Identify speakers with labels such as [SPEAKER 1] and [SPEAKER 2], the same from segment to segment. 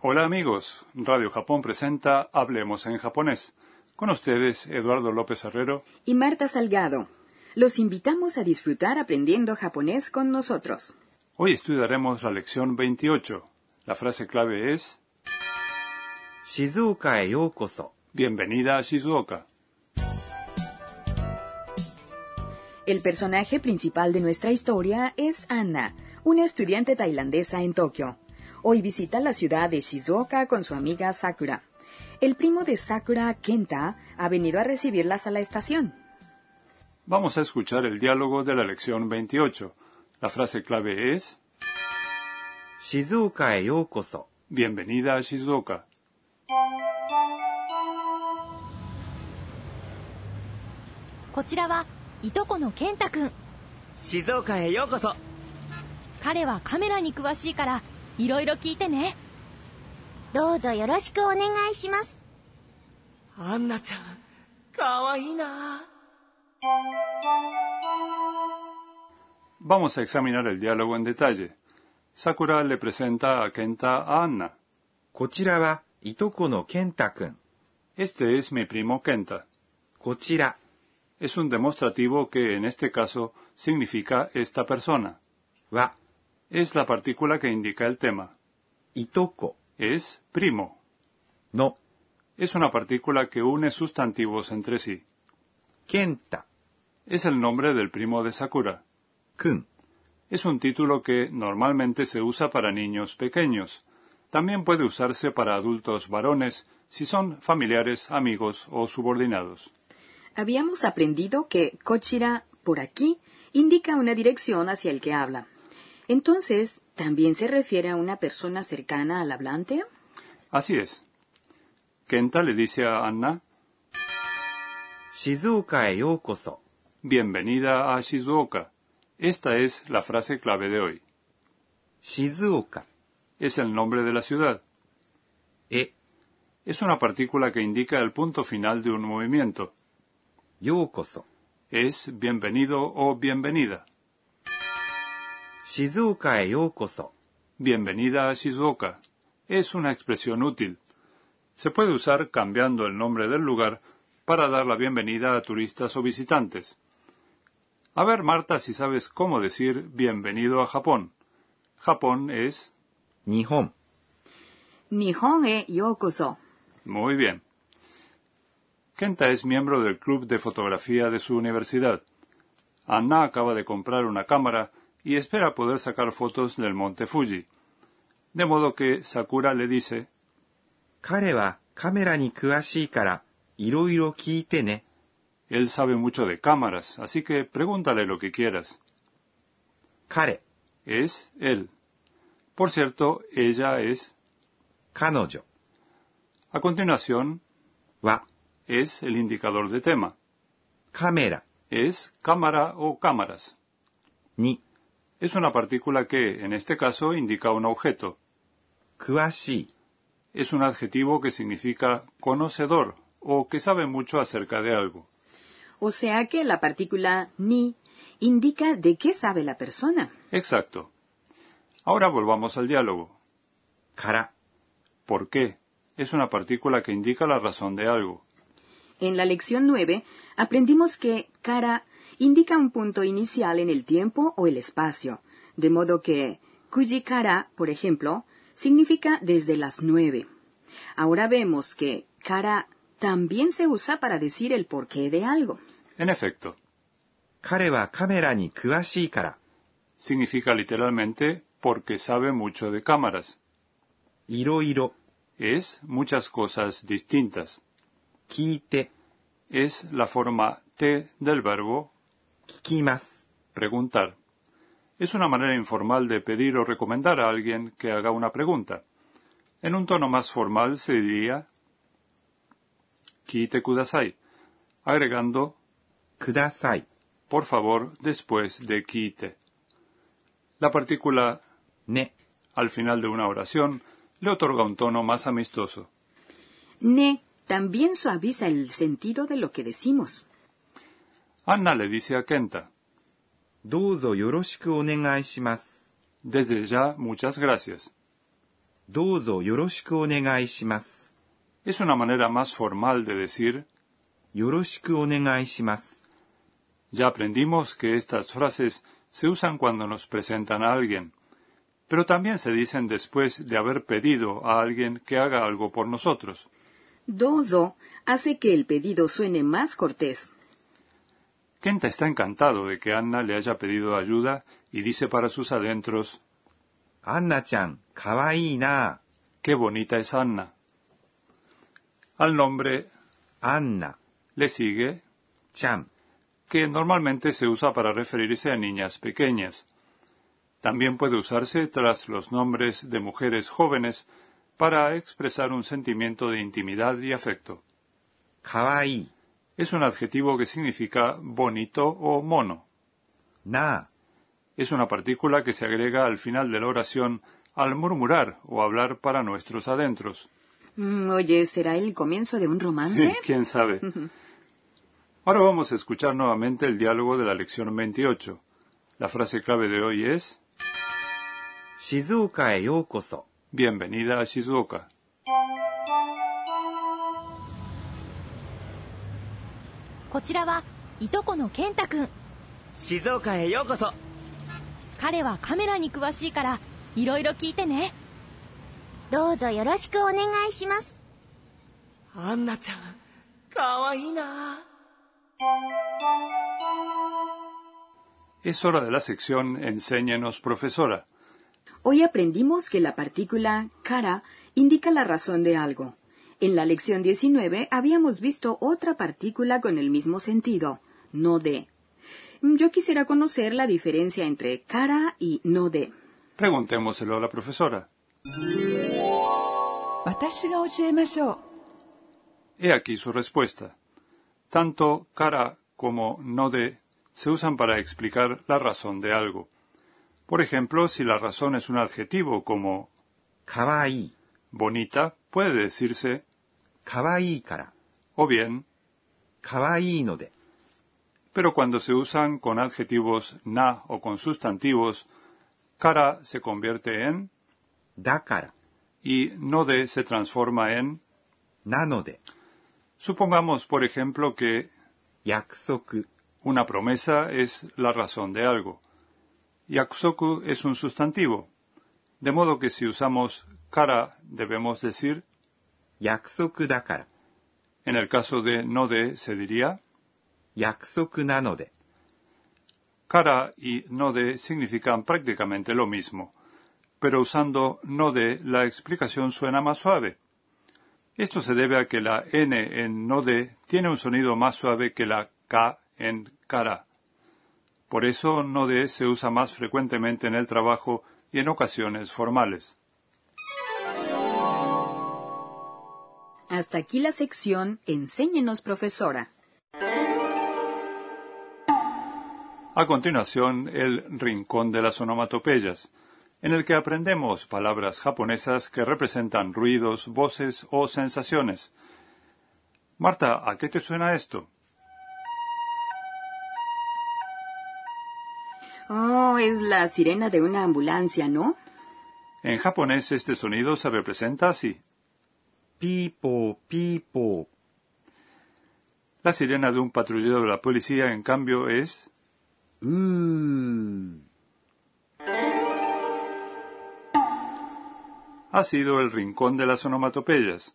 [SPEAKER 1] Hola amigos, Radio Japón presenta Hablemos en japonés. Con ustedes, Eduardo López Herrero.
[SPEAKER 2] y Marta Salgado. Los invitamos a disfrutar aprendiendo japonés con nosotros.
[SPEAKER 1] Hoy estudiaremos la lección 28. La frase clave es
[SPEAKER 3] 静岡へようこそ
[SPEAKER 1] Bienvenida a Shizuoka.
[SPEAKER 2] El personaje principal de nuestra historia es Anna, una estudiante tailandesa en Tokio. Hoy visita la ciudad de Shizuoka con su amiga Sakura. El primo de Sakura, Kenta, ha venido a recibirlas a la estación.
[SPEAKER 1] Vamos a escuchar el diálogo de la lección 28. La frase clave es
[SPEAKER 3] 静岡へようこそ
[SPEAKER 1] Bienvenida a Shizuoka.
[SPEAKER 4] こちらはいとこの健太くん
[SPEAKER 5] 静岡へようこそ
[SPEAKER 4] 彼はカメラに詳しいからいろいろ聞いてねどうぞよろしくお願いします
[SPEAKER 5] アンナちゃんかわいいな
[SPEAKER 1] Vamos a examinar el diálogo en detalle. Sakura le presenta a Kenta a Anna.
[SPEAKER 3] こちらはいとこの健太くん
[SPEAKER 1] Este es mi primo Kenta.
[SPEAKER 3] こちら
[SPEAKER 1] Es un demostrativo que en este caso significa esta persona.
[SPEAKER 3] は
[SPEAKER 1] Es la partícula que indica el tema.
[SPEAKER 3] いとこ
[SPEAKER 1] Es primo.
[SPEAKER 3] の
[SPEAKER 1] Es una partícula que une sustantivos entre sí.
[SPEAKER 3] 健太
[SPEAKER 1] Es el nombre del primo de Sakura.
[SPEAKER 3] くん
[SPEAKER 1] Es un título que normalmente se usa para niños pequeños. También puede usarse para adultos varones si son familiares, amigos o subordinados.
[SPEAKER 2] Habíamos aprendido que Kochira, por aquí, indica una dirección hacia el que habla. Entonces, ¿también se refiere a una persona cercana al hablante?
[SPEAKER 1] Así es. Kenta le dice a Anna,
[SPEAKER 3] 静岡へようこそ
[SPEAKER 1] bienvenida a Shizuoka. Esta es la frase clave de hoy.
[SPEAKER 3] 静岡
[SPEAKER 1] Es el nombre de la ciudad.
[SPEAKER 3] へ
[SPEAKER 1] Es una partícula que indica el punto final de un movimiento.
[SPEAKER 3] ようこそ
[SPEAKER 1] Es bienvenido o bienvenida.
[SPEAKER 3] 静岡へようこそ
[SPEAKER 1] Bienvenida a Shizuoka. Es una expresión útil. Se puede usar cambiando el nombre del lugar para dar la bienvenida a turistas o visitantes. A ver, Marta, si sabes cómo decir bienvenido a Japón. Japón es...
[SPEAKER 3] 日本
[SPEAKER 2] Nihon e yokoso.
[SPEAKER 1] Muy bien. Kenta es miembro del club de fotografía de su universidad. Anna acaba de comprar una cámara y espera poder sacar fotos del monte Fuji. De modo que Sakura le dice
[SPEAKER 3] 彼はカメラに詳しいからいろいろ聞いてね
[SPEAKER 1] Él sabe mucho de cámaras, así que pregúntale lo que quieras.
[SPEAKER 3] 彼
[SPEAKER 1] Es él. Por cierto, ella es.
[SPEAKER 3] 彼女
[SPEAKER 1] A continuación,
[SPEAKER 3] は
[SPEAKER 1] es el indicador de tema.
[SPEAKER 3] カメラ
[SPEAKER 1] Es cámara o cámaras.
[SPEAKER 3] に
[SPEAKER 1] Es una partícula que, en este caso, indica un objeto.
[SPEAKER 3] 詳しい
[SPEAKER 1] Es un adjetivo que significa conocedor o que sabe mucho acerca de algo.
[SPEAKER 2] O sea que la partícula ni indica de qué sabe la persona.
[SPEAKER 1] Exacto. Ahora volvamos al diálogo.
[SPEAKER 3] から
[SPEAKER 1] ¿Por qué? Es una partícula que indica la razón de algo.
[SPEAKER 2] En la lección 9 aprendimos que cara indica un punto inicial en el tiempo o el espacio, de modo que kujikara, por ejemplo, significa desde las 9. Ahora vemos que cara también se usa para decir el porqué de algo.
[SPEAKER 1] En efecto,
[SPEAKER 3] 彼はカメラに詳しいから
[SPEAKER 1] significa literalmente porque sabe mucho de cámaras.
[SPEAKER 3] いろいろ
[SPEAKER 1] Es muchas cosas distintas.
[SPEAKER 3] 聞いて
[SPEAKER 1] Es la forma T del verbo
[SPEAKER 3] 聞きます
[SPEAKER 1] preguntar. Es una manera informal de pedir o recomendar a alguien que haga una pregunta. En un tono más formal se diría Kite kudasai, agregando
[SPEAKER 3] ください
[SPEAKER 1] por favor después de kite. La partícula
[SPEAKER 3] ね
[SPEAKER 1] al final de una oración le otorga un tono más amistoso.
[SPEAKER 2] Ne también suaviza el sentido de lo que decimos.
[SPEAKER 1] Anna le dice a Kenta,
[SPEAKER 3] どうぞよろしくお願いします。
[SPEAKER 1] desde ya muchas gracias.
[SPEAKER 3] どうぞよろしくお願いします。
[SPEAKER 1] Es una manera más formal de decir
[SPEAKER 3] よろしくお願いします。
[SPEAKER 1] Ya aprendimos que estas frases se usan cuando nos presentan a alguien, pero también se dicen después de haber pedido a alguien que haga algo por nosotros.
[SPEAKER 2] Dozo hace que el pedido suene más cortés.
[SPEAKER 1] Kenta está encantado de que Anna le haya pedido ayuda y dice para sus adentros,
[SPEAKER 3] アンナちゃん、かわいいな
[SPEAKER 1] qué bonita es Anna. Al nombre
[SPEAKER 3] あ。アンナ、
[SPEAKER 1] le sigue,
[SPEAKER 3] ちゃん、
[SPEAKER 1] que normalmente se usa para referirse a niñas pequeñas. También puede usarse tras los nombres de mujeres jóvenes para expresar un sentimiento de intimidad y afecto.
[SPEAKER 3] かわいい、
[SPEAKER 1] Es un adjetivo que significa bonito o mono.
[SPEAKER 3] なあ。
[SPEAKER 1] Es una partícula que se agrega al final de la oración al murmurar o hablar para nuestros adentros.
[SPEAKER 2] Mm, oye, ¿será el comienzo de un romance?
[SPEAKER 1] ¿Quién sabe? Ahora vamos a escuchar nuevamente el diálogo de la lección 28. La frase clave de hoy es
[SPEAKER 3] 静岡へようこそ。
[SPEAKER 1] Bienvenida a Shizuoka.
[SPEAKER 4] こちらはいとこの健太くん
[SPEAKER 5] 静岡へようこそ
[SPEAKER 4] 彼はカメラに詳しいからいろいろ聞いてねどうぞよろしくお願いします
[SPEAKER 5] アンナちゃんかわいいな
[SPEAKER 1] Es hora de la sección Enséñenos, profesora.
[SPEAKER 2] Hoy aprendimos que la partícula cara indica la razón de algo. En la lección 19 habíamos visto otra partícula con el mismo sentido, no de. Mm, Yo quisiera conocer la diferencia entre cara y no de.
[SPEAKER 1] Preguntémoselo a la profesora. He aquí su respuesta. Tanto cara como no de se usan para explicar la razón de algo. Por ejemplo, si la razón es un adjetivo como
[SPEAKER 3] かわいい、
[SPEAKER 1] bonita, puede decirse
[SPEAKER 3] かわいいから、
[SPEAKER 1] o bien,
[SPEAKER 3] かわいいので、
[SPEAKER 1] pero cuando se usan con adjetivos na o con sustantivos, cara se convierte en
[SPEAKER 3] だから、
[SPEAKER 1] y no de se transforma en
[SPEAKER 3] なので、
[SPEAKER 1] Supongamos, por ejemplo, que
[SPEAKER 3] 約束、
[SPEAKER 1] una promesa es la razón de algo. Yakusoku es un sustantivo, de modo que si usamos kara debemos decir,
[SPEAKER 3] 約束だから、
[SPEAKER 1] en el caso de no de se diría,
[SPEAKER 3] 約束なので、
[SPEAKER 1] kara y no de significan prácticamente lo mismo, pero usando no de la explicación suena más suave. Esto se debe a que la n en no de tiene un sonido más suave que la k en cara. Por eso no de se usa más frecuentemente en el trabajo y en ocasiones formales.
[SPEAKER 2] Hasta aquí la sección Enséñenos, profesora.
[SPEAKER 1] A continuación, el rincón de las onomatopeyas, en el que aprendemos palabras japonesas que representan ruidos, voces o sensaciones. Marta, ¿a qué te suena esto?
[SPEAKER 2] Oh, es la sirena de una ambulancia, ¿no?
[SPEAKER 1] En japonés este sonido se representa así.
[SPEAKER 3] ピーポーピーポー、
[SPEAKER 1] La sirena de un patrullero de la policía, en cambio, es...
[SPEAKER 3] うー。
[SPEAKER 1] ha sido el rincón de las onomatopeyas.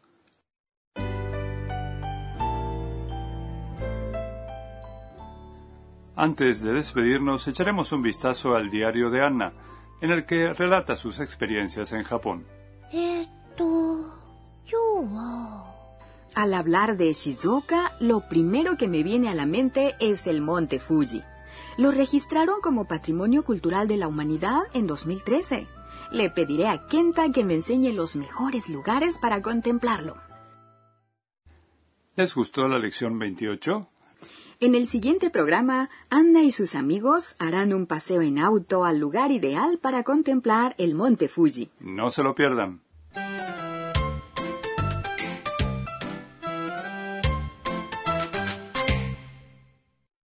[SPEAKER 1] Antes de despedirnos, echaremos un vistazo al diario de Anna, en el que relata sus experiencias en Japón.
[SPEAKER 4] えっと今日は
[SPEAKER 2] Al hablar de Shizuoka, lo primero que me viene a la mente es el monte Fuji. Lo registraron como Patrimonio Cultural de la Humanidad en 2013. Le pediré a Kenta que me enseñe los mejores lugares para contemplarlo.
[SPEAKER 1] ¿Les gustó la lección 28?
[SPEAKER 2] En el siguiente programa, Anna y sus amigos harán un paseo en auto al lugar ideal para contemplar el monte Fuji.
[SPEAKER 1] No se lo pierdan.